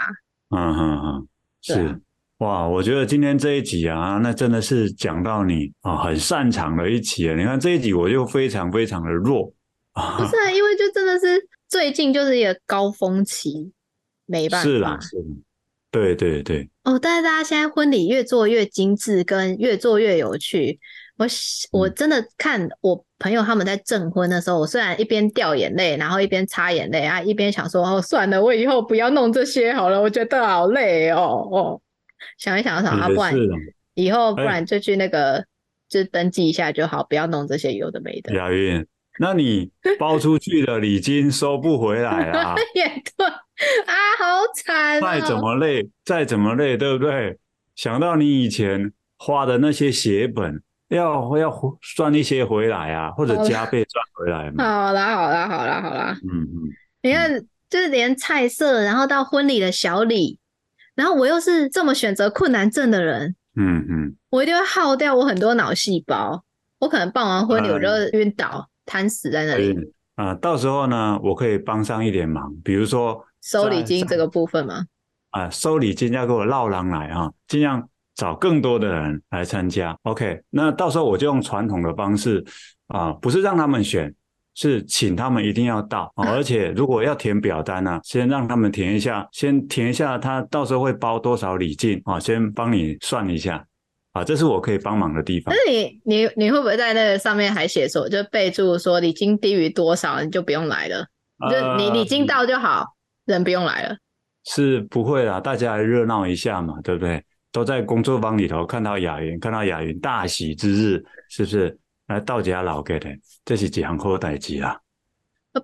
嗯嗯嗯，对啊是。哇，我觉得今天这一集啊，那真的是讲到你啊很擅长的一集啊了。你看这一集我就非常非常的弱啊不，是啊，因为就真的是最近就是一个高峰期，没办法。是啦，是啦，对对对，哦，但是大家现在婚礼越做越精致，跟越做越有趣。我喜嗯我真的看我朋友他们在证婚的时候，我虽然一边掉眼泪，然后一边擦眼泪啊，一边想说哦算了，我以后不要弄这些好了，我觉得好累哦哦。想一想想啊，也不然是啦以后不哎然就去那个、就登记一下就好，不要弄这些有的没的。，亚韵，那你包出去的礼金收不回来啦 [LAUGHS] 也对啊，好惨再怎哦！么累，再怎么累，对不对？想到你以前花的那些血本，要要赚一些回来啊，或者好啦加倍赚回来嘛。好啦，好啦，好啦，好啦，嗯嗯，你看，就是连菜色，然后到婚礼的小礼，然后我又是这么选择困难症的人，嗯嗯，我一定会耗掉我很多脑细胞。我可能办完婚礼我就哎晕倒，瘫死在那所里。以啊、到时候呢，我可以帮上一点忙，比如说收礼在金这个部分嘛，啊、收礼金要给我绕狼来啊，尽量找更多的人来参加。OK，那到时候我就用传统的方式啊、不是让他们选，是请他们一定要到、啊而且如果要填表单呢、啊先让他们填一下，先填一下他到时候会包多少礼金啊，先帮你算一下啊，这是我可以帮忙的地方但。是你你你会不会在那个上面还写说，就备注说礼金低于多少你就不用来了，就你礼金呃到就好，人不用来了。是不会啦，大家来热闹一下嘛，对不对？都在工作坊里头看到雅云，看到雅云大喜之日，是不是？来到家老给的，这是几行好代志啊。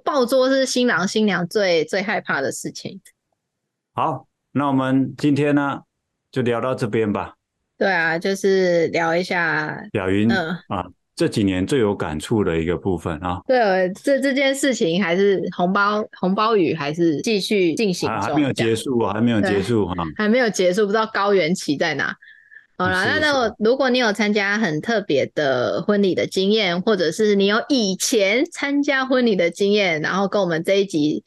抱桌是新郎新娘最最害怕的事情。好，那我们今天呢就聊到这边吧。对啊，就是聊一下，雅云、嗯，啊，这几年最有感触的一个部分啊，对我这这件事情还是红包红包雨还是继续进行还中，还没有这样嗯结束啊，还没有结束啊。还没有结束，不知道高原期在哪。好啦，是那的那是我的如果你有参加很特别的婚礼的经验，或者是你有以前参加婚礼的经验，然后跟我们这一集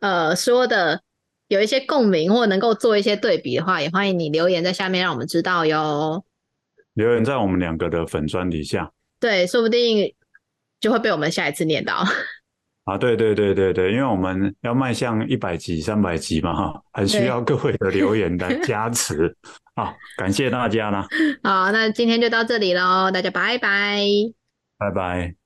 呃说的有一些共鸣，或能够做一些对比的话，也欢迎你留言在下面让我们知道哟。留言在我们两个的粉砖底下对，说不定就会被我们下一次念到。 [LAUGHS] 啊，对对对对对，因为我们要迈向一百集、三百集嘛，哈，很需对要各位的留言的加持啊，感谢大家啦。好，那今天就到这里喽，大家拜拜。拜拜。